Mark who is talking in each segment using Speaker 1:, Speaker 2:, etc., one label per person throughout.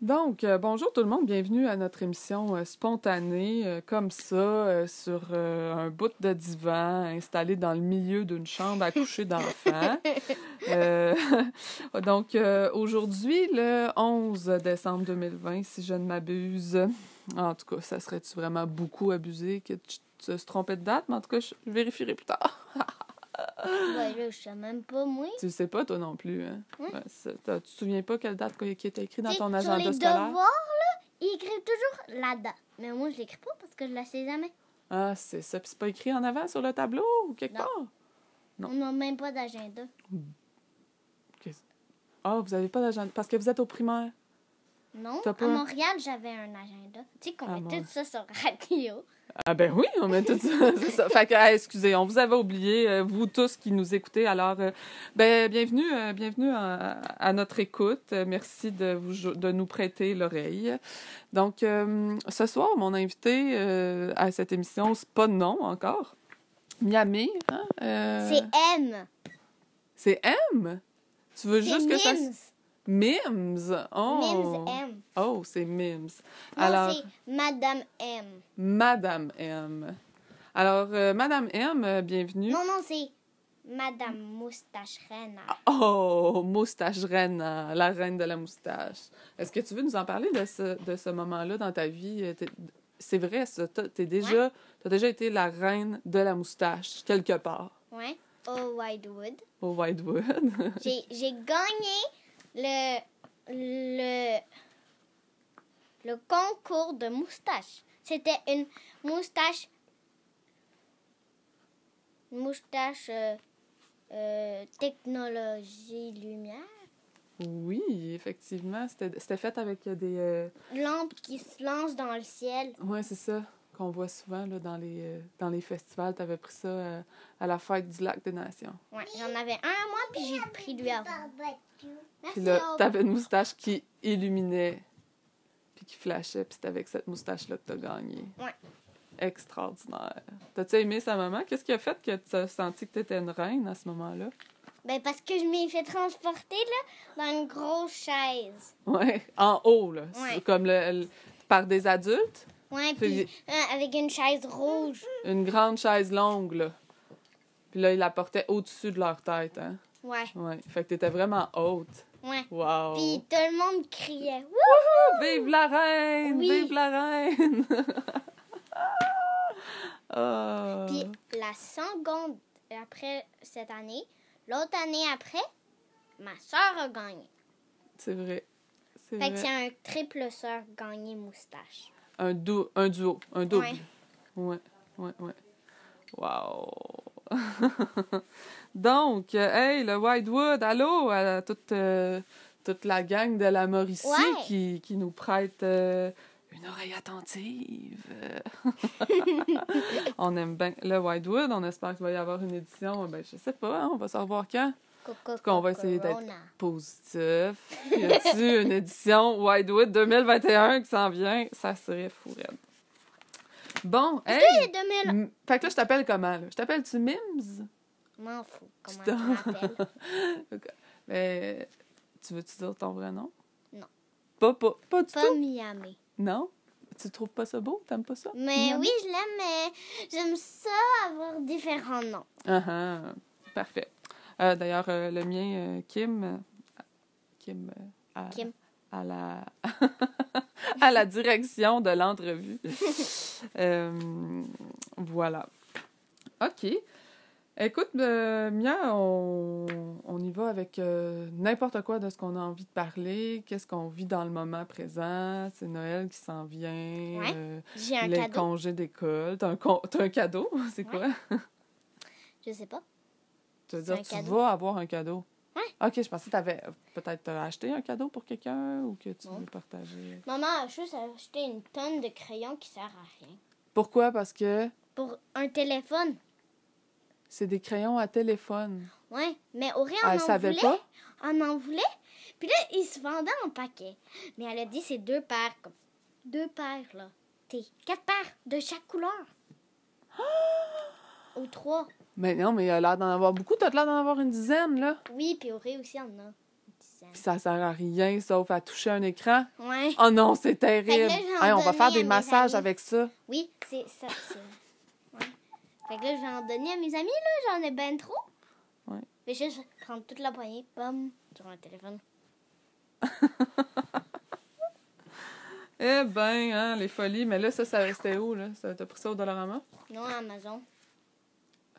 Speaker 1: Donc, euh, bonjour tout le monde, bienvenue à notre émission euh, spontanée, euh, comme ça, euh, sur euh, un bout de divan installé dans le milieu d'une chambre à coucher d'enfants. Euh, donc, euh, aujourd'hui, le 11 décembre 2020, si je ne m'abuse, en tout cas, ça serait-tu vraiment beaucoup abusé que tu tu se trompais de date, mais en tout cas, je vérifierai plus tard.
Speaker 2: Ben là, je sais même pas, moi.
Speaker 1: Tu le sais pas, toi non plus. Hein?
Speaker 2: Oui.
Speaker 1: Ouais, c'est- t'as- tu te souviens pas quelle date qui était écrite dans
Speaker 2: Tu sais,
Speaker 1: ton
Speaker 2: sur
Speaker 1: agenda
Speaker 2: les
Speaker 1: scolaire?
Speaker 2: devoirs, là, ils écrivent toujours la date. Mais moi, je l'écris pas parce que je la sais jamais.
Speaker 1: Ah, c'est ça. Puis c'est pas écrit en avant sur le tableau ou quelque
Speaker 2: Non.
Speaker 1: part? Non.
Speaker 2: On n'a même pas d'agenda.
Speaker 1: Ah, vous avez pas d'agenda. Parce que vous êtes au primaire.
Speaker 2: Non,
Speaker 1: T'as pas-
Speaker 2: à Montréal, j'avais un agenda. Tu sais qu'on
Speaker 1: Ah,
Speaker 2: met
Speaker 1: mon-
Speaker 2: tout ça sur radio.
Speaker 1: Ah ben oui, on met tout ça. c'est ça. Fait que, ah, excusez, on vous avait oublié, euh, vous tous qui nous écoutez. Alors, euh, ben, bienvenue, euh, bienvenue à, à notre écoute. Euh, Merci de, vous, jo- de nous prêter l'oreille. Donc, euh, ce soir, mon invité euh, à cette émission, c'est pas de nom encore. Miami, hein? Euh,
Speaker 2: C'est M.
Speaker 1: c'est M? Tu veux
Speaker 2: C'est
Speaker 1: juste que ça...
Speaker 2: Mims.
Speaker 1: s- Mims! Oh!
Speaker 2: Mims M.
Speaker 1: Oh, c'est Mims.
Speaker 2: Non,
Speaker 1: Oh. Alors... Hmm?
Speaker 2: c'est Madame M.
Speaker 1: Madame M. Alors, euh, Madame M, euh, bienvenue.
Speaker 2: Non, non, c'est Madame Moustache Reine.
Speaker 1: Oh, moustache reine, hein, la reine de la moustache. Est-ce que tu veux nous en parler de ce, de ce moment-là dans ta vie? Euh, t'es- C'est vrai, ça, t'as- t'es déjà, t'as déjà été la reine de la moustache, quelque part,
Speaker 2: Ouais. Au Wildwood.
Speaker 1: au Whitewood.
Speaker 2: J'ai j'ai gagné le, le, le concours de moustache. C'était une moustache. une Moustache euh, euh, technologie lumière.
Speaker 1: oui, effectivement, c'était c'était fait avec euh, des... euh,
Speaker 2: Lampe qui se lance dans le ciel.
Speaker 1: Ouais, c'est ça qu'on voit souvent là, dans, les, euh, dans les festivals. T'avais pris ça euh, à la fête du lac des Nations.
Speaker 2: Ouais, j'en avais un à moi, puis j'ai pris lui avant. Merci,
Speaker 1: Puis là,
Speaker 2: Aude.
Speaker 1: t'avais une moustache qui illuminait, puis qui flashait, puis c'est avec cette moustache-là que t'as gagné.
Speaker 2: Ouais.
Speaker 1: Extraordinaire. T'as-tu aimé sa maman? Qu'est-ce qui a fait que tu as senti que t'étais une reine à ce moment-là?
Speaker 2: Ben, parce que je m'ai fait transporter, là, dans une grosse chaise.
Speaker 1: Ouais, en haut, là.
Speaker 2: Ouais.
Speaker 1: C'est Comme le, le- par des adultes.
Speaker 2: Ouais,
Speaker 1: Puis-
Speaker 2: puis euh, avec une chaise rouge.
Speaker 1: Une grande chaise longue, là. Puis là, ils la portaient au-dessus de leur tête, hein?
Speaker 2: Ouais,
Speaker 1: Ouais. Fait que t'étais vraiment haute.
Speaker 2: ouais.
Speaker 1: Wow!
Speaker 2: Puis tout le monde criait. Wouh!
Speaker 1: Vive la reine!
Speaker 2: Oui.
Speaker 1: Vive la reine! Ah.
Speaker 2: Puis la seconde après cette année, l'autre année après, ma soeur a gagné.
Speaker 1: C'est vrai. C'est
Speaker 2: Fait
Speaker 1: vrai.
Speaker 2: que c'est un triple soeur gagné moustache.
Speaker 1: Un, dou un duo, un double.
Speaker 2: Ouais.
Speaker 1: Ouais, ouais, ouais. Wow! Donc, euh, hey, le Whitewood, allô à toute, euh, toute la gang de la Mauricie
Speaker 2: Ouais.
Speaker 1: qui, qui nous prête euh, une oreille attentive. on aime bien le Whitewood, on espère qu'il va y avoir une édition, ben, je sais pas, hein, on va savoir quand.
Speaker 2: Coco,
Speaker 1: cas, on va essayer d'être-
Speaker 2: Corona.
Speaker 1: positif. Y a-t-il une édition Widewood 2021 qui s'en vient? Ça serait fou, raide. Bon, hey!
Speaker 2: Et 2000,
Speaker 1: M- Fait que là, je t'appelle comment? Là? Je t'appelle-tu Mims?
Speaker 2: m'en fous. Comment
Speaker 1: Putain.
Speaker 2: tu m'appelles?
Speaker 1: Mais Euh, tu veux-tu dire ton vrai nom?
Speaker 2: Non.
Speaker 1: Pas, pas, pas du
Speaker 2: Pas
Speaker 1: tout?
Speaker 2: Miami.
Speaker 1: Non? Tu trouves pas ça beau? T'aimes pas ça?
Speaker 2: Mais
Speaker 1: Non?
Speaker 2: oui, je l'aime, mais j'aime ça avoir différents noms.
Speaker 1: Ah ah, Parfait. Euh, D'ailleurs, euh, le mien, euh, Kim. euh, Kim. euh, à,
Speaker 2: Kim.
Speaker 1: À la, à la direction de l'entrevue. Euh, voilà. OK. Écoute, euh, Mia, on, on y va avec euh, n'importe quoi de ce qu'on a envie de parler. Qu'est-ce qu'on vit dans le moment présent? C'est Noël qui s'en vient.
Speaker 2: Ouais.
Speaker 1: euh,
Speaker 2: J'ai un
Speaker 1: les
Speaker 2: cadeau.
Speaker 1: congés d'école. T'as un, con- t'as un cadeau? C'est
Speaker 2: Ouais.
Speaker 1: quoi?
Speaker 2: Je sais pas.
Speaker 1: Tu veux
Speaker 2: C'est
Speaker 1: dire,
Speaker 2: un
Speaker 1: tu
Speaker 2: cadeau.
Speaker 1: vas avoir un cadeau.
Speaker 2: Ouais.
Speaker 1: OK, je pensais que tu avais peut-être euh, acheté un cadeau pour quelqu'un ou que tu
Speaker 2: Non.
Speaker 1: veux partager.
Speaker 2: Maman a juste acheté une tonne de crayons qui sert à rien.
Speaker 1: Pourquoi? Parce que
Speaker 2: Pour un téléphone.
Speaker 1: c'est des crayons à téléphone.
Speaker 2: Ouais, mais Auré
Speaker 1: Ah,
Speaker 2: en
Speaker 1: elle
Speaker 2: en
Speaker 1: savait
Speaker 2: voulait.
Speaker 1: pas?
Speaker 2: On en voulait. Puis là, ils se vendaient en paquet. Mais elle a dit c'est deux paires. Comme... Deux paires, là. T'es quatre paires de chaque couleur. Ou trois.
Speaker 1: Mais non, mais il a l'air d'en avoir beaucoup. T'as l'air d'en avoir une dizaine, là.
Speaker 2: Oui, puis Auré aussi en a. Dix ans. scène.
Speaker 1: Puis ça sert à rien, sauf à toucher un écran.
Speaker 2: Ouais.
Speaker 1: Oh non, c'est
Speaker 2: Fait
Speaker 1: terrible.
Speaker 2: que là, j'en
Speaker 1: Hey, on va
Speaker 2: donnais
Speaker 1: faire
Speaker 2: à
Speaker 1: des
Speaker 2: mes
Speaker 1: massages
Speaker 2: amis.
Speaker 1: avec ça.
Speaker 2: Oui, c'est ça. c'est- Ouais. Fait que là, je vais en donner à mes amis, là. J'en ai ben trop.
Speaker 1: Ouais.
Speaker 2: Je vais juste prendre toute la poignée, bam, sur un téléphone.
Speaker 1: Eh ben, hein, les folies. Mais là, ça, ça restait où, là? Ça, T'as pris ça au Dollarama?
Speaker 2: Non, à Amazon.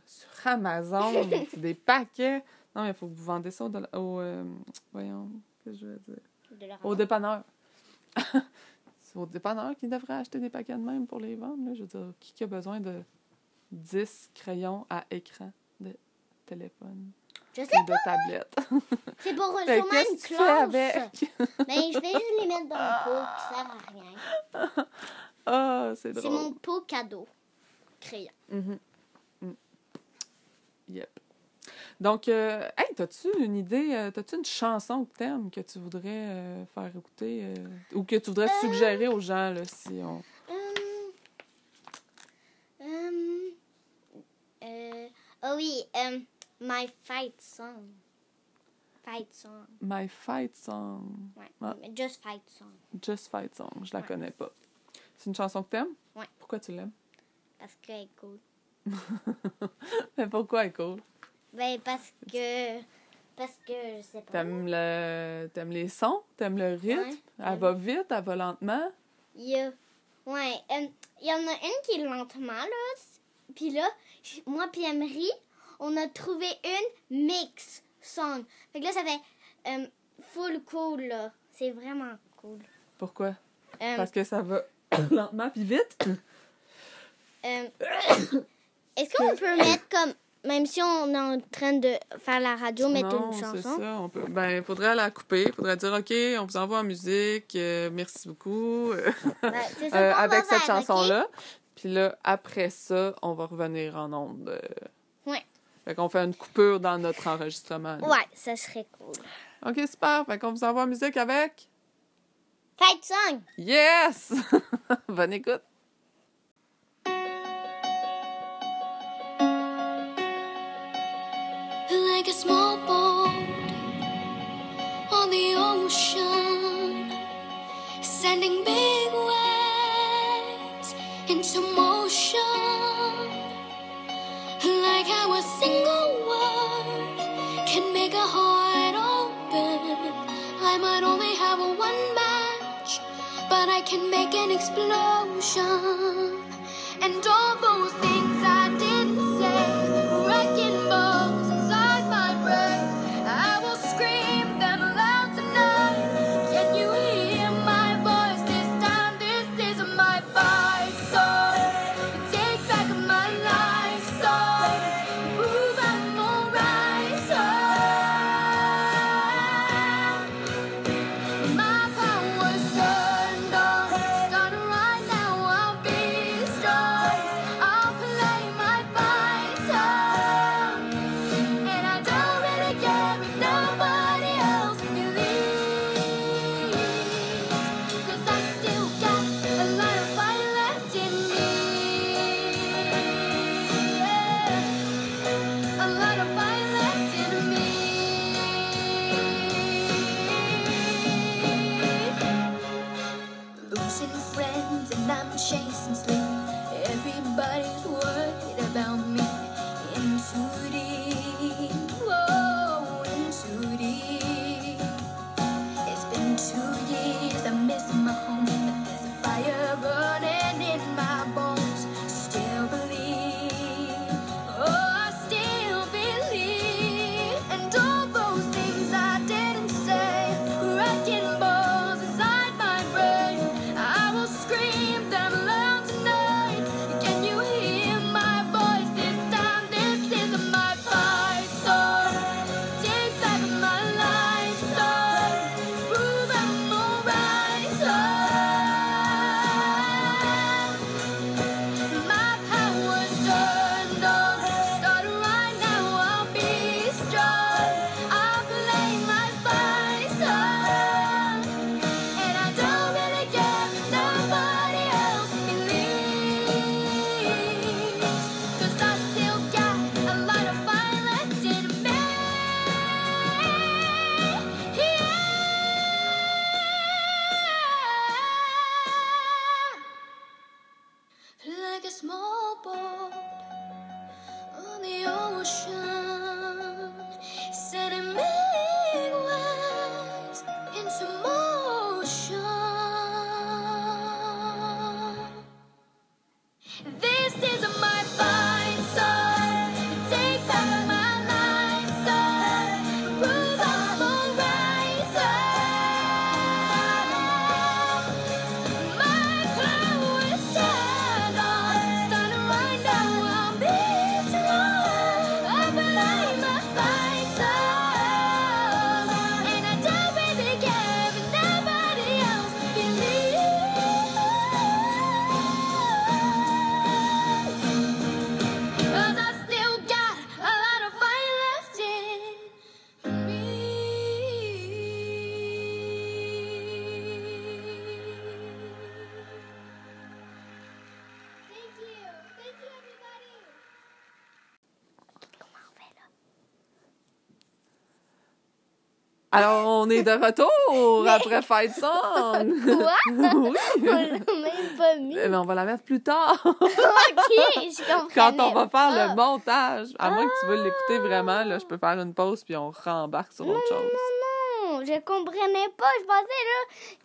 Speaker 1: Sur Amazon, c'est des paquets. Non, mais il faut que vous vendez ça au... dollar- au, euh, voyons, qu'est-ce que je veux dire?
Speaker 2: De leur
Speaker 1: Au dépanneur. c'est au dépanneur qui devrait acheter des paquets de même pour les vendre. Là. Je veux dire, qui qui a besoin de 10 crayons à écran de téléphone
Speaker 2: Je sais,
Speaker 1: ou de tablette?
Speaker 2: c'est pour eux,
Speaker 1: Fait
Speaker 2: sûrement
Speaker 1: Ben, qu'est-ce
Speaker 2: une
Speaker 1: que tu fais
Speaker 2: classe.
Speaker 1: avec?
Speaker 2: Ben, je vais juste les mettre dans le pot qui sert à rien.
Speaker 1: Ah, c'est
Speaker 2: C'est
Speaker 1: drôle.
Speaker 2: mon pot cadeau. Crayon.
Speaker 1: Mhm. Mm. Yep. Donc, euh, hey, t'as-tu une idée, euh, t'as-tu une chanson que t'aimes que tu voudrais euh, faire écouter euh, ou que tu voudrais
Speaker 2: Euh.
Speaker 1: suggérer aux gens là, si on.
Speaker 2: Hum. Hum. Euh, oh oui, hum, my fight song. Fight song.
Speaker 1: My Fight Song.
Speaker 2: Ouais.
Speaker 1: Ah.
Speaker 2: Just fight song.
Speaker 1: Just Fight Song. Je la
Speaker 2: Ouais.
Speaker 1: connais pas. C'est une chanson que t'aimes?
Speaker 2: Ouais.
Speaker 1: Pourquoi tu l'aimes?
Speaker 2: Parce que elle est cool.
Speaker 1: Mais pourquoi elle est cool?
Speaker 2: Ben, parce que. Parce que je sais pas.
Speaker 1: T'aimes le... t'aimes les sons? T'aimes le rythme?
Speaker 2: Oh. Ouais.
Speaker 1: Elle va vite, elle va lentement?
Speaker 2: Il y a- Ouais, euh, il y en a une qui est lentement, là. c- Puis là, j- moi puis Emery, on a trouvé une mix song. Fait que là, ça fait euh, full cool, là. C'est vraiment cool.
Speaker 1: Pourquoi?
Speaker 2: Euh,
Speaker 1: Parce que ça va lentement puis vite?
Speaker 2: euh, Est-ce qu'on peut mettre comme... Même si on est en train de faire la radio, mettre
Speaker 1: non,
Speaker 2: une
Speaker 1: c'est
Speaker 2: chanson.
Speaker 1: ça. On peut... Ben, faudrait la couper. Faudrait dire, OK, on vous envoie en musique. euh, merci beaucoup. Euh,
Speaker 2: Ben, c'est ça qu'on va
Speaker 1: avec cette
Speaker 2: faire, ok?
Speaker 1: chanson-là. Puis là, après ça, on va revenir en onde. euh.
Speaker 2: Ouais.
Speaker 1: Fait qu'on fait une coupure dans notre enregistrement. là.
Speaker 2: Ouais, ça serait cool.
Speaker 1: OK, super. Fait qu'on vous envoie en musique avec...
Speaker 2: Fight song!
Speaker 1: Yes! Bonne écoute.
Speaker 3: like a small boat on the ocean, sending big waves into motion. Like how a single word can make a heart open. I might only have a one match, but I can make an explosion. And all those things I didn't say, wrecking balls inside my brain. I will scream them loud tonight. Can you hear my voice this time? This is my fight song. Take back my life song. Prove I'm alright song. My power's turned on. Starting right now, I'll be strong. I'll play my fight and I don't really care if nobody else believes. 'Cause I still got a lot of fight left in me. Yeah. A lot of fight left in me. Losing friends and I'm chasing sleep. Everybody's worried about me. In too deep, whoa, in too deep. It's been two years, I'm missing my home. But there's a fire burning in my bones. Still believe, oh, I still believe. And all those things I didn't say, wrecking balls inside my brain. I will scream them loud tonight. Can you hear my voice? a small boat on the ocean, setting big waves into motion. This is my fine song. Take back my life, song. Prove I'm alright, song. My power is turned on. Starting right now, I'm being strong. I believe my fine song, and I don't really care if nobody else believes. Cause I still got a lot of fire left in me.
Speaker 2: Thank you. Thank you, everybody. Comment on fait, là?
Speaker 1: Alors, on est de retour après Fight Song.
Speaker 2: Quoi?
Speaker 1: oui.
Speaker 2: On l'a même pas mis.
Speaker 1: Mais on va la mettre plus tard,
Speaker 2: ok, je comprends.
Speaker 1: quand on va faire
Speaker 2: ah!
Speaker 1: le montage. À moins que tu veux l'écouter vraiment, là, je peux faire une pause puis on rembarque sur autre chose.
Speaker 2: Non, je comprenais pas. Je pensais, là,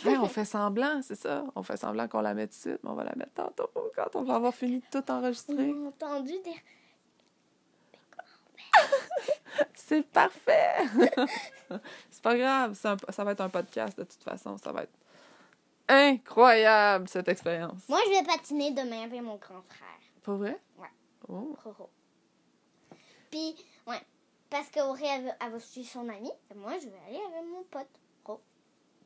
Speaker 2: que.
Speaker 1: Ouais, on fait semblant, c'est ça. On fait semblant qu'on la met tout de suite, mais on va la mettre tantôt quand on va avoir fini de tout enregistrer.
Speaker 2: J'ai entendu des.
Speaker 1: C'est parfait! c'est pas grave, c'est un- ça va être un podcast de toute façon. Ça va être incroyable cette expérience.
Speaker 2: Moi, je vais patiner demain avec mon grand frère,
Speaker 1: Pas vrai?
Speaker 2: Ouais.
Speaker 1: Oh.
Speaker 2: Roro. Puis, ouais. Parce qu'Auré, elle, veut- elle va suivre son ami. Et moi, je vais aller avec mon pote.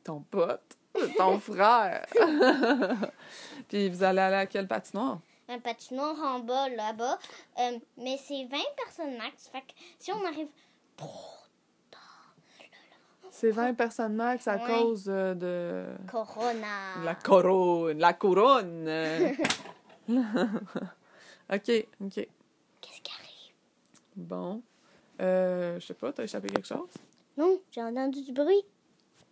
Speaker 1: Ton pote, ton frère. Puis vous allez aller à quel patinoire?
Speaker 2: Un patinoire en bas, là-bas. Euh, mais c'est 20 personnes max. Fait que si on arrive.
Speaker 1: C'est 20 personnes max à
Speaker 2: Ouais. Ah.
Speaker 1: cause euh, de
Speaker 2: Corona.
Speaker 1: la couronne. La couronne! ok, ok.
Speaker 2: Qu'est-ce qui arrive?
Speaker 1: Bon. Euh, je sais pas, t'as échappé quelque chose?
Speaker 2: Non, j'ai entendu du bruit.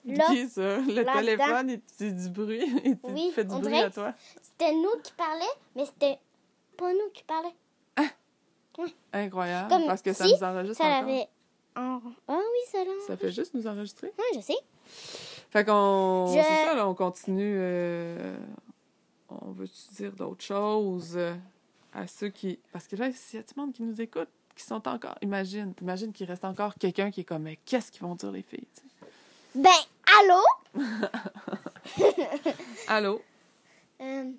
Speaker 2: Là,
Speaker 1: Qui ça? Le
Speaker 2: là-dedans.
Speaker 1: téléphone, il te dit du bruit. Il te
Speaker 2: Oui,
Speaker 1: fait du
Speaker 2: on
Speaker 1: bruit
Speaker 2: dirait
Speaker 1: à toi.
Speaker 2: c'était nous qui parlait, mais c'était pas nous qui parlait.
Speaker 1: Incroyable.
Speaker 2: Comme
Speaker 1: parce que ça
Speaker 2: si
Speaker 1: nous enregistre
Speaker 2: Ça
Speaker 1: encore.
Speaker 2: l'avait. en- Ah oui, ça l'a.
Speaker 1: Ça fait juste nous enregistrer.
Speaker 2: Oui, je sais.
Speaker 1: Fait qu'on.
Speaker 2: Je-
Speaker 1: C'est ça, là, on continue. euh, On veut-tu dire d'autres choses euh, à ceux qui. Parce que là, il y a du monde qui nous écoute, qui sont encore. Imagine, imagine qu'il reste encore quelqu'un qui est comme, mais qu'est-ce qu'ils vont dire les filles? tu sais.
Speaker 2: Ben, allô?
Speaker 1: Allô?
Speaker 2: Euh,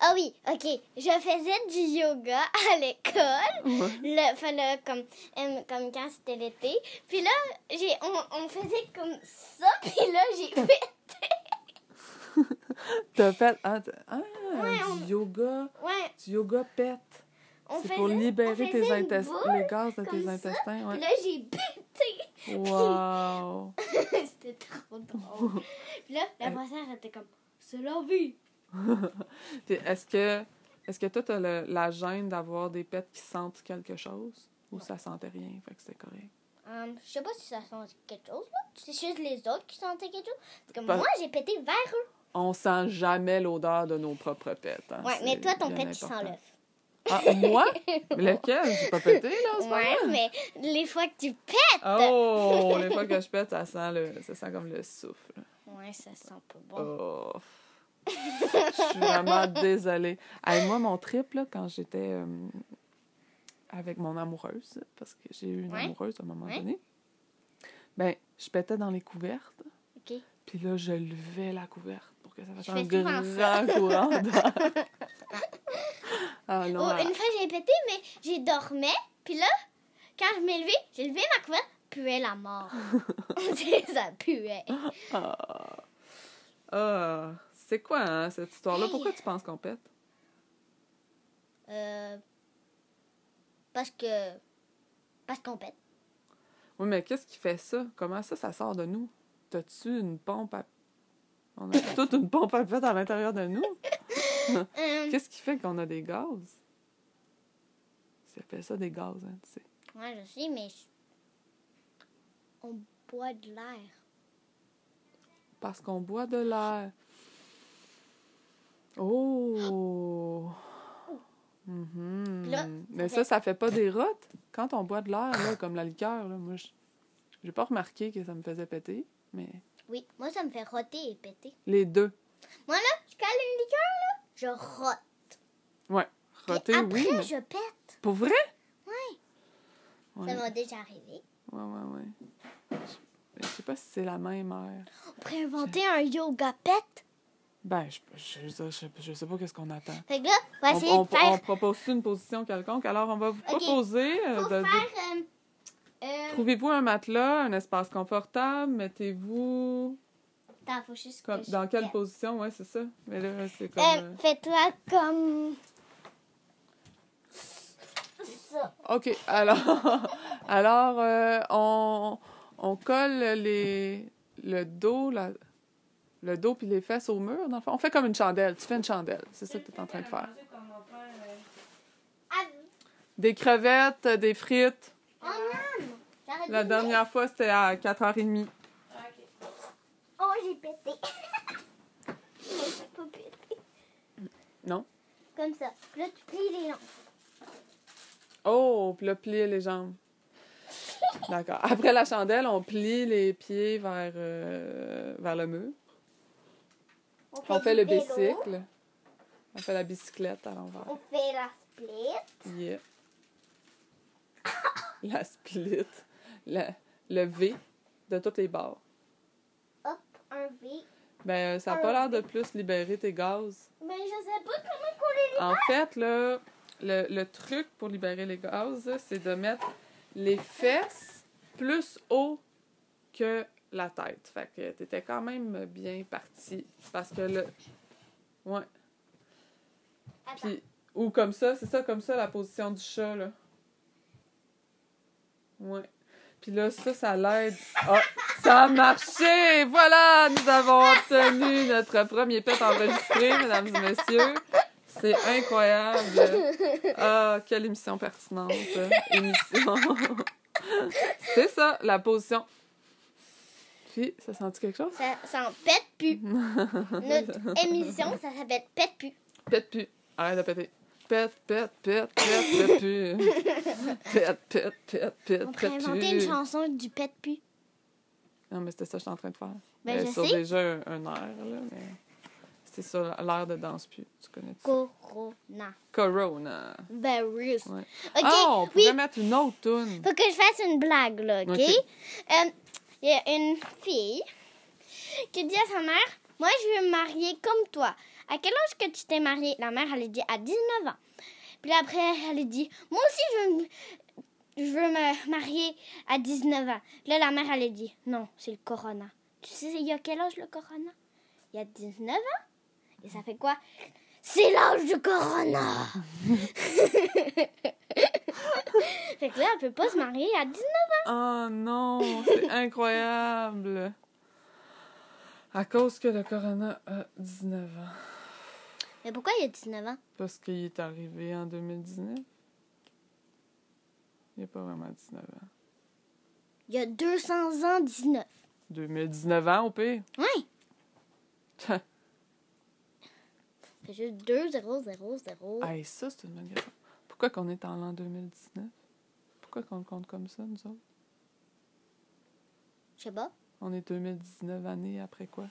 Speaker 2: Ah oui, ok. Je faisais du yoga à l'école.
Speaker 1: Ouais.
Speaker 2: Le, fait le- comme, euh, comme quand c'était l'été. Puis là, j'ai, on, on faisait comme ça. Puis là, j'ai fait.
Speaker 1: T'as fait. Ah, t'as- ah,
Speaker 2: Ouais,
Speaker 1: du
Speaker 2: on-
Speaker 1: yoga.
Speaker 2: Ouais,
Speaker 1: Du yoga pète.
Speaker 2: on
Speaker 1: C'est
Speaker 2: faisait.
Speaker 1: pour libérer
Speaker 2: on
Speaker 1: tes
Speaker 2: faisait une boule,
Speaker 1: intestins, les gaz de
Speaker 2: comme
Speaker 1: tes
Speaker 2: ça,
Speaker 1: intestins.
Speaker 2: puis
Speaker 1: Ouais.
Speaker 2: Là, j'ai pété.
Speaker 1: Wow!
Speaker 2: c'était trop drôle. Puis là, la
Speaker 1: Euh.
Speaker 2: professeure était comme. C'est la vie.
Speaker 1: Puis est-ce que est-ce que toi t'as le- la gêne d'avoir des pets qui sentent quelque chose ou ça sentait rien, fait que c'était correct.
Speaker 2: Hum, je sais pas si ça sent quelque chose, là. C'est juste les autres qui sentaient quelque chose. Parce que
Speaker 1: Pas-
Speaker 2: moi, j'ai pété vers eux.
Speaker 1: On sent jamais l'odeur de nos propres pets. hein,
Speaker 2: Ouais,
Speaker 1: c'est
Speaker 2: mais toi, ton
Speaker 1: bien
Speaker 2: pet, tu sens
Speaker 1: important.
Speaker 2: l'œuf.
Speaker 1: Ah, moi? Lequel? J'ai pas pété, là, c'est
Speaker 2: Ouais,
Speaker 1: pas vrai?
Speaker 2: mais les fois que tu pètes.
Speaker 1: Oh! Les fois que je pète, ça sent, le, ça sent comme le souffle.
Speaker 2: Ouais, ça sent pas bon.
Speaker 1: Oh. Je suis vraiment désolée. Hey, moi, mon trip, là, quand j'étais euh, avec mon amoureuse, parce que j'ai eu une
Speaker 2: Ouais.
Speaker 1: amoureuse à un moment
Speaker 2: Ouais.
Speaker 1: donné, ben, je pétais dans les couvertes,
Speaker 2: Ok.
Speaker 1: puis là, je levais la couverte pour que ça fasse
Speaker 2: Je
Speaker 1: un
Speaker 2: fais souvent
Speaker 1: grand
Speaker 2: ça.
Speaker 1: courant d'air. ah non,
Speaker 2: Oh,
Speaker 1: ah,
Speaker 2: une fois, j'ai pété, mais j'ai dormais. Puis là, quand je m'ai levée, j'ai levé ma couverte, puait la mort. ça puait.
Speaker 1: ah. Ah. c'est quoi, hein, cette histoire-là?
Speaker 2: Hey.
Speaker 1: Pourquoi tu penses qu'on pète?
Speaker 2: Euh, parce que. Parce qu'on pète.
Speaker 1: Oui, mais qu'est-ce qui fait ça? Comment ça, ça sort de nous? T'as-tu une pompe à... On a toute une pompe à pète à l'intérieur de nous?
Speaker 2: Hum,
Speaker 1: Qu'est-ce qui fait qu'on a des gaz? Ça fait ça des gaz, hein, tu sais.
Speaker 2: ouais, je sais, mais. On boit de l'air.
Speaker 1: Parce qu'on boit de l'air. Oh!
Speaker 2: là,
Speaker 1: Hmm. Mais ça, ça fait pas des rotes. Quand on boit de l'air, là, comme la liqueur, là, moi, je- j'ai pas remarqué que ça me faisait péter, mais
Speaker 2: oui, moi, ça me fait roter et péter.
Speaker 1: les deux.
Speaker 2: Je cale une liqueur, là, je rote.
Speaker 1: Ouais.
Speaker 2: Puis
Speaker 1: Roter,
Speaker 2: après,
Speaker 1: oui, mais...
Speaker 2: je pète.
Speaker 1: Pour vrai?
Speaker 2: Ça
Speaker 1: Ouais.
Speaker 2: m'a déjà arrivé.
Speaker 1: Ouais, ouais, ouais. Je- Je sais pas si c'est la même heure.
Speaker 2: On pourrait inventer un yoga pète.
Speaker 1: Ben, je, je, je- je- je sais pas qu'est-ce qu'on attend.
Speaker 2: Fait que là, on va
Speaker 1: On,
Speaker 2: essayer
Speaker 1: on-
Speaker 2: de faire...
Speaker 1: on propose une position quelconque? Alors, on va vous
Speaker 2: Ok.
Speaker 1: proposer euh,
Speaker 2: Faut
Speaker 1: de- de-
Speaker 2: faire... euh, euh,
Speaker 1: Trouvez-vous un matelas, un espace confortable, mettez-vous
Speaker 2: Attends, faut juste
Speaker 1: comme,
Speaker 2: que je
Speaker 1: dans quelle
Speaker 2: pète.
Speaker 1: position, ouais, c'est ça. Mais là, c'est comme.
Speaker 2: Euh, Fais-toi comme... Ça.
Speaker 1: euh, OK, alors, alors euh, on, on colle les, le dos, la- le dos puis les fesses au mur, dans le fond. On fait comme une chandelle. Tu fais une chandelle. C'est ça que tu es en train de faire.
Speaker 2: Ah,
Speaker 1: Des crevettes, euh, des frites.
Speaker 2: oh non! J'aurais
Speaker 1: La
Speaker 2: dû-
Speaker 1: dernière fois, c'était à 4h30.
Speaker 2: Oh, j'ai pété. J'ai pas pété.
Speaker 1: Non.
Speaker 2: Comme ça. Là, tu plies les lampes.
Speaker 1: Oh, puis là, plier les jambes. D'accord. Après la chandelle, on plie les pieds vers, euh, vers le mur. On fait
Speaker 2: du
Speaker 1: le
Speaker 2: vélo,
Speaker 1: bicycle. On fait la bicyclette à l'envers.
Speaker 2: On fait la split.
Speaker 1: Yeah. La split. La- le V de toutes les barres.
Speaker 2: Hop, un V.
Speaker 1: Ben, euh, ça n'a pas l'air de plus libérer tes gaz.
Speaker 2: Mais je sais pas comment couler
Speaker 1: En fait, là, le, le truc pour libérer les gaz, là, c'est de mettre les fesses plus haut que la tête. Fait que t'étais quand même bien parti. Parce que le. Ouais.
Speaker 2: les... Attends.
Speaker 1: Puis, ou comme ça, c'est ça, comme ça, la position du chat, là. Ouais. Puis là, ça, ça l'aide. Ah, ça a marché! Voilà! Nous avons obtenu notre premier pet enregistré, mesdames et messieurs. C'est incroyable. Ah, quelle émission pertinente. Émission. c'est ça, la position. Puis, ça senti quelque chose?
Speaker 2: Ça s'en pète plus. Notre émission, ça s'appelle Pète plus.
Speaker 1: Pète pu. Arrête de péter. Pète, pète, pète, pète, pète pu. Pète, pète, pète,
Speaker 2: On
Speaker 1: pète,
Speaker 2: pourrait
Speaker 1: pète
Speaker 2: inventer une
Speaker 1: pu.
Speaker 2: chanson du Pète plus.
Speaker 1: Non, mais c'était ça que j'étais en train de faire.
Speaker 2: Ben,
Speaker 1: Euh,
Speaker 2: je
Speaker 1: sur
Speaker 2: sais.
Speaker 1: déjà un, un air, là, mais... C'était sur l'air de danse pu. Tu connais ça?
Speaker 2: Corona.
Speaker 1: Corona.
Speaker 2: Virus.
Speaker 1: Ouais.
Speaker 2: Ok,
Speaker 1: Ah, on
Speaker 2: oui,
Speaker 1: pourrait mettre une autre toune.
Speaker 2: Faut que je fasse une blague, là, OK?
Speaker 1: Ok.
Speaker 2: Euh, Il y a une fille qui dit à sa mère, « Moi, je veux me marier comme toi. » À quel âge que tu t'es mariée? La mère, elle a dit, « À 19 ans. » Puis là, après, elle a dit, « Moi aussi, je veux, me... je veux me marier à 19 ans. » Puis Là, la mère, elle a dit, « Non, c'est le corona. » Tu sais, il y a quel âge, le corona? Il y a 19 ans. Et ça fait quoi? C'est l'âge du corona! Fait que là, elle peut pas se marier à 19
Speaker 1: Oh non, c'est incroyable. À cause que le Corona a 19 ans.
Speaker 2: Mais pourquoi il y a 19 ans?
Speaker 1: Parce qu'il est arrivé en 2019. Il n'y a pas vraiment 19 ans.
Speaker 2: Il y a 200 ans, 19.
Speaker 1: 2019 ans au pire.
Speaker 2: Ouais. Fait juste 2, 0, 0, 0.
Speaker 1: Hey, ça, c'est une bonne question. Pourquoi qu'on est en l'an 2019? Pourquoi qu'on le compte comme ça, nous autres?
Speaker 2: Je sais pas.
Speaker 1: On est 2019 années après quoi?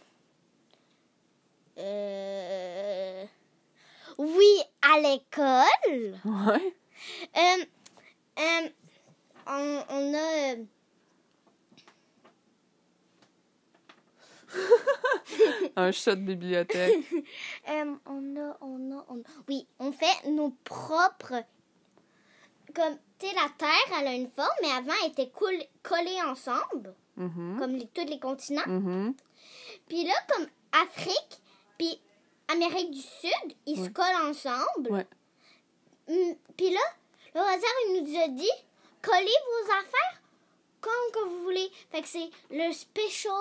Speaker 2: Euh... Oui, à l'école.
Speaker 1: Ouais.
Speaker 2: Euh, euh, on, on a... euh,
Speaker 1: Un chat de bibliothèque.
Speaker 2: euh, on a... On a... On... Oui, on fait nos propres... Comme, tu sais, la Terre, elle a une forme, mais avant, elle était coul- collée ensemble,
Speaker 1: Mhm.
Speaker 2: comme les- tous les continents.
Speaker 1: Mhm.
Speaker 2: Puis là, comme Afrique, puis Amérique du Sud, ils se
Speaker 1: Ouais.
Speaker 2: collent ensemble.
Speaker 1: Ouais.
Speaker 2: Hum, Puis là, le hasard, il nous a dit collez vos affaires comme que vous voulez. Fait que c'est le special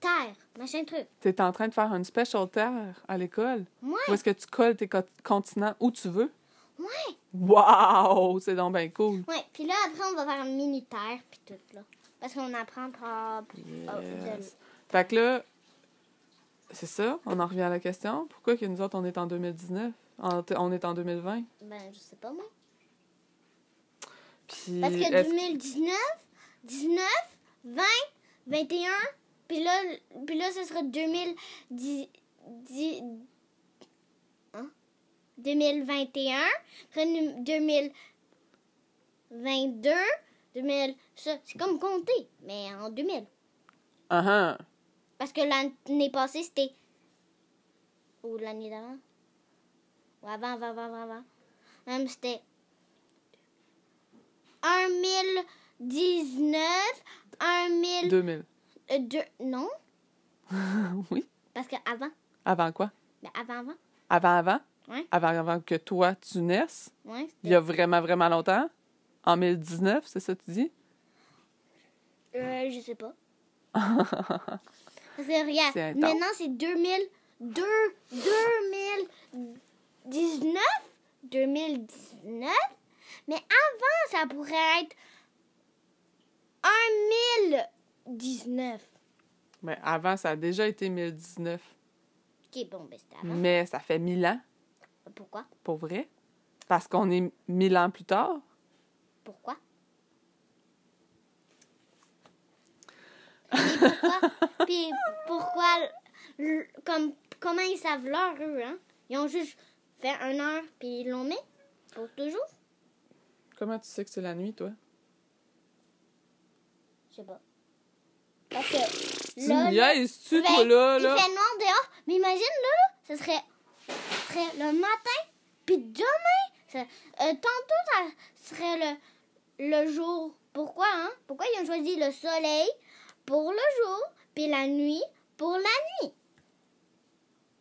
Speaker 2: terre, machin truc.
Speaker 1: T'es en train de faire une special terre à l'école?
Speaker 2: Ouais.
Speaker 1: Où est-ce que tu colles tes co- continents où tu veux?
Speaker 2: Ouais.
Speaker 1: Wow! C'est donc bien cool.
Speaker 2: Ouais, puis là, après, on va faire une mini terre, puis tout, là. Parce qu'on apprend par. Ah,
Speaker 1: Yes. Fait que là, c'est ça, on en revient à la question. Pourquoi que nous autres, on est en 2019? En- On est en 2020?
Speaker 2: Ben, je sais pas, moi.
Speaker 1: Puis,
Speaker 2: Parce que
Speaker 1: est-ce-
Speaker 2: 2019, 19, 20, 21, puis là, puis là, ce sera 2010, dix- hein? 2021, après nu- 2022, 2000, ça, c'est comme compter, mais en 2000.
Speaker 1: Ah, ah.
Speaker 2: Parce que l'année passée, c'était. Ou l'année d'avant. Ou avant, avant, avant, avant, avant. Même c'était. 1019, 1000.
Speaker 1: 2000.
Speaker 2: euh, deux- non,
Speaker 1: oui.
Speaker 2: parce que avant.
Speaker 1: Avant quoi?
Speaker 2: Ben avant, avant.
Speaker 1: Avant, avant?
Speaker 2: Ouais.
Speaker 1: Avant, avant que toi, tu naisses?
Speaker 2: Ouais,
Speaker 1: Il y a vraiment, vraiment longtemps? En 2019, c'est ça que tu dis?
Speaker 2: c'était- euh, je sais pas. Parce que regarde,
Speaker 1: C'est intense.
Speaker 2: maintenant c'est 2000. deux- 2019. 2019. Mais avant, ça pourrait être 1019.
Speaker 1: Mais avant, ça a déjà été 1019.
Speaker 2: Ok, bon, ben c'était avant.
Speaker 1: Mais ça fait 1000 ans, Mm.
Speaker 2: Pourquoi
Speaker 1: pour vrai. Parce qu'on est 1000 ans plus tard.
Speaker 2: Pourquoi Puis pourquoi, puis pourquoi l- comme, comment ils savent l'heure, eux, hein? Ils ont juste fait un heure, puis ils l'ont mis pour toujours?
Speaker 1: Comment tu sais que c'est la nuit, toi?
Speaker 2: Je sais pas. Parce que
Speaker 1: Tu
Speaker 2: là, là,
Speaker 1: niaises-tu,
Speaker 2: ben,
Speaker 1: toi, là? là?
Speaker 2: il fait noir dehors, mais imagine, là, là, ce serait, ce serait le matin, puis demain, ça- euh, tantôt, ça serait le, le jour. Pourquoi, hein? Pourquoi ils ont choisi le soleil pour le jour, puis la nuit pour la nuit?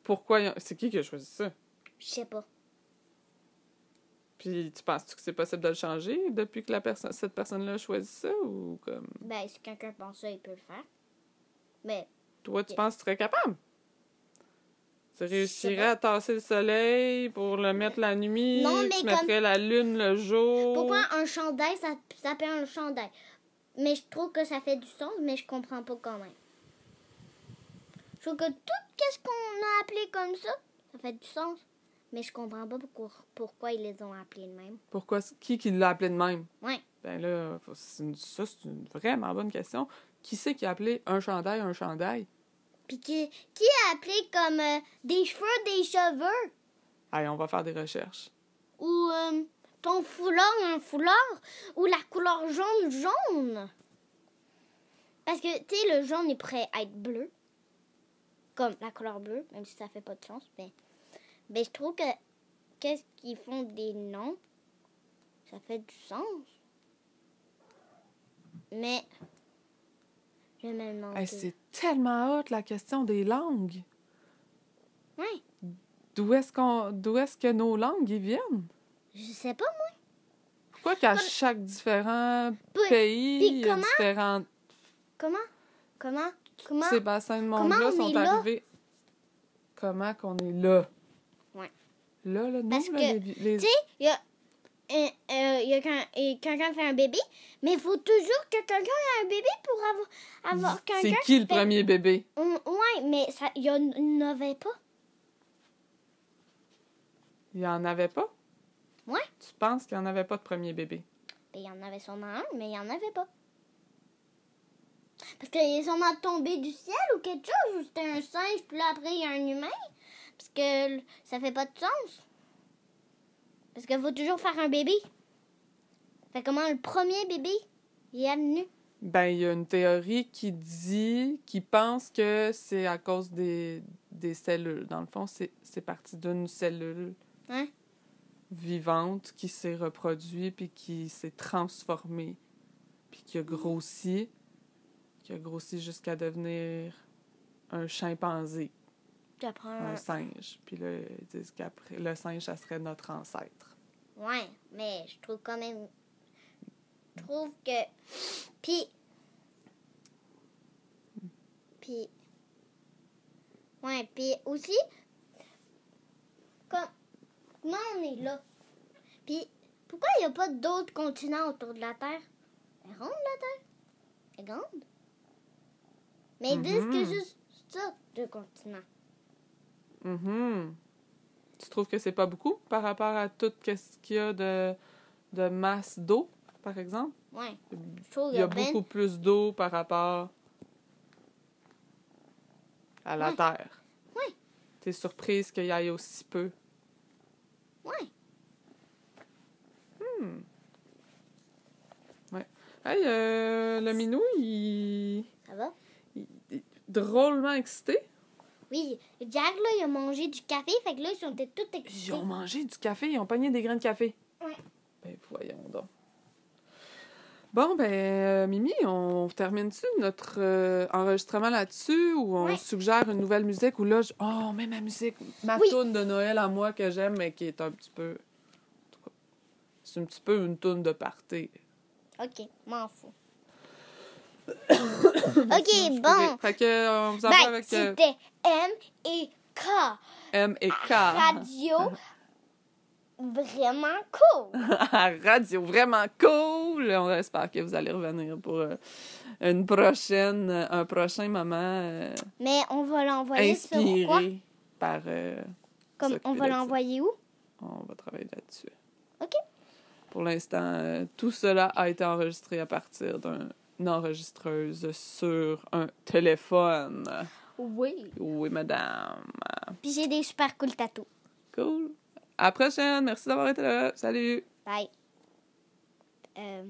Speaker 1: Pourquoi? ils ont- C'est qui qui a choisi ça?
Speaker 2: Je sais pas.
Speaker 1: Puis tu penses-tu que c'est possible de le changer depuis que la personne cette personne-là a choisi ça ou comme
Speaker 2: Ben, si quelqu'un pense ça, il peut le faire. Mais,
Speaker 1: toi tu
Speaker 2: Ok.
Speaker 1: penses que tu serais capable? Tu réussirais
Speaker 2: pas.
Speaker 1: à tasser le soleil pour le mettre la nuit,
Speaker 2: Non, mais
Speaker 1: tu
Speaker 2: comme-
Speaker 1: mettrais la lune le jour.
Speaker 2: pourquoi un chandail, ça ça s'appelle un chandail? Mais je trouve que ça fait du sens, mais je comprends pas quand même. Je trouve que tout quest ce qu'on a appelé comme ça, ça fait du sens. Mais je comprends pas pourquoi, pourquoi ils les ont appelés de même.
Speaker 1: Pourquoi qui qui l'a appelé de même?
Speaker 2: Ouais.
Speaker 1: Ben là, faut- c'est une- ça c'est une vraiment bonne question. Qui c'est qui a appelé un chandail un chandail?
Speaker 2: Puis qui, qui a appelé comme euh, des cheveux, des cheveux?
Speaker 1: Allez, on va faire des recherches.
Speaker 2: Ou euh, ton foulard, un foulard? Ou la couleur jaune, jaune? Parce que, tu sais, le jaune est prêt à être bleu. Comme la couleur bleue, même si ça fait pas de sens. Mais, mais je trouve que qu'est-ce qu'ils font des noms, ça fait du sens. Mais, je me demande.
Speaker 1: Hey, Ah, c'est tellement hot la question des langues.
Speaker 2: Ouais,
Speaker 1: D'où est-ce qu'on d'où est-ce que nos langues y viennent?
Speaker 2: je sais pas.
Speaker 1: Pourquoi qu'à chaque différent
Speaker 2: Puis-
Speaker 1: pays,
Speaker 2: puis
Speaker 1: il y a
Speaker 2: comment-
Speaker 1: différents
Speaker 2: Comment? Comment? Comment?
Speaker 1: ces bassins de
Speaker 2: comment
Speaker 1: monde-là
Speaker 2: on
Speaker 1: sont
Speaker 2: est là?
Speaker 1: arrivés. Comment qu'on est là?
Speaker 2: Ouais.
Speaker 1: Là, là, nous,
Speaker 2: Parce
Speaker 1: là,
Speaker 2: que,
Speaker 1: les, vi- les-
Speaker 2: tu sais, Il y a, euh, euh, il y a quand- et quelqu'un fait un bébé, mais il faut toujours que quelqu'un ait un bébé pour avoir, avoir
Speaker 1: c'est
Speaker 2: quelqu'un.
Speaker 1: qui le
Speaker 2: fait-
Speaker 1: premier bébé?
Speaker 2: Hum, ouais, mais ça, il y en il n'y en avait pas.
Speaker 1: Il n'y en avait pas?
Speaker 2: Ouais.
Speaker 1: Tu penses qu'il n'y en avait pas de premier bébé?
Speaker 2: Ben, Il y en avait sûrement un, mais il n'y en avait pas. Parce qu'il est sûrement tombé du ciel ou quelque chose, ou c'était un singe, puis là après il y a un humain. Parce que l- ça fait pas de sens. Parce qu'il faut toujours faire un bébé. Fait comment le premier bébé il est venu?
Speaker 1: Ben, il y a une théorie qui dit, qui pense que c'est à cause des, des cellules. Dans le fond, c'est c'est parti d'une cellule
Speaker 2: Ouais.
Speaker 1: vivante qui s'est reproduite puis qui s'est transformée, puis qui a grossi, qui a grossi jusqu'à devenir un chimpanzé,
Speaker 2: Tu apprends
Speaker 1: un
Speaker 2: un-
Speaker 1: singe. Puis là, ils disent qu'après, le singe, ça serait notre ancêtre.
Speaker 2: Ouais, mais je trouve quand même. Je trouve que. Puis. Puis. Ouais, puis aussi. Comme. Comment on est là? Puis. Pourquoi il n'y a pas d'autres continents autour de la Terre? Elle est ronde, la Terre? Elle est grande? Mais ils disent que
Speaker 1: Mhm.
Speaker 2: juste ça, deux continents.
Speaker 1: Mhm. Tu trouves que c'est pas beaucoup par rapport à tout ce qu'il y a de, de masse d'eau par exemple,
Speaker 2: Ouais. Je trouve
Speaker 1: il y a
Speaker 2: ben-
Speaker 1: beaucoup plus d'eau par rapport à la
Speaker 2: Ouais.
Speaker 1: Terre.
Speaker 2: Ouais.
Speaker 1: T'es surprise qu'il y ait aussi peu.
Speaker 2: Ouais.
Speaker 1: Hmm. Hey, euh, le minou, il...
Speaker 2: Ça va?
Speaker 1: il est drôlement excité.
Speaker 2: Oui. Jack, là, il a mangé du café, fait que là, ils sont tous excités.
Speaker 1: Ils ont mangé du café, ils ont pogné des grains de café.
Speaker 2: Ouais.
Speaker 1: Ben voyons donc. Bon, ben, euh, Mimi, on termine-tu notre euh, enregistrement là-dessus ou on
Speaker 2: Ouais.
Speaker 1: suggère une nouvelle musique ou là, je... oh, on met ma musique, ma
Speaker 2: Oui.
Speaker 1: toune de Noël à moi que j'aime, mais qui est un petit peu. en tout cas, C'est un petit peu une toune de party.
Speaker 2: Ok, m'en fous.
Speaker 1: Je
Speaker 2: ok,
Speaker 1: suis
Speaker 2: bon.
Speaker 1: coupée. Fait que, euh, on vous en va
Speaker 2: Ben,
Speaker 1: avec euh, Ah.
Speaker 2: c'était M et K.
Speaker 1: M et K.
Speaker 2: Ah, Radio. Vraiment cool.
Speaker 1: à radio. Vraiment cool! On espère que vous allez revenir pour euh, une prochaine, euh, un prochain moment euh,
Speaker 2: Mais on va l'envoyer sur quoi?
Speaker 1: inspiré par... euh,
Speaker 2: Comme on
Speaker 1: s'occuper
Speaker 2: va
Speaker 1: de ça.
Speaker 2: l'envoyer où?
Speaker 1: On va travailler là-dessus.
Speaker 2: OK.
Speaker 1: Pour l'instant, euh, tout cela a été enregistré à partir d'un une enregistreuse sur un téléphone.
Speaker 2: Oui.
Speaker 1: Oui, madame.
Speaker 2: Puis j'ai des super cool tatous.
Speaker 1: Cool. À la prochaine. Merci d'avoir été là. Salut.
Speaker 2: Bye. Euh,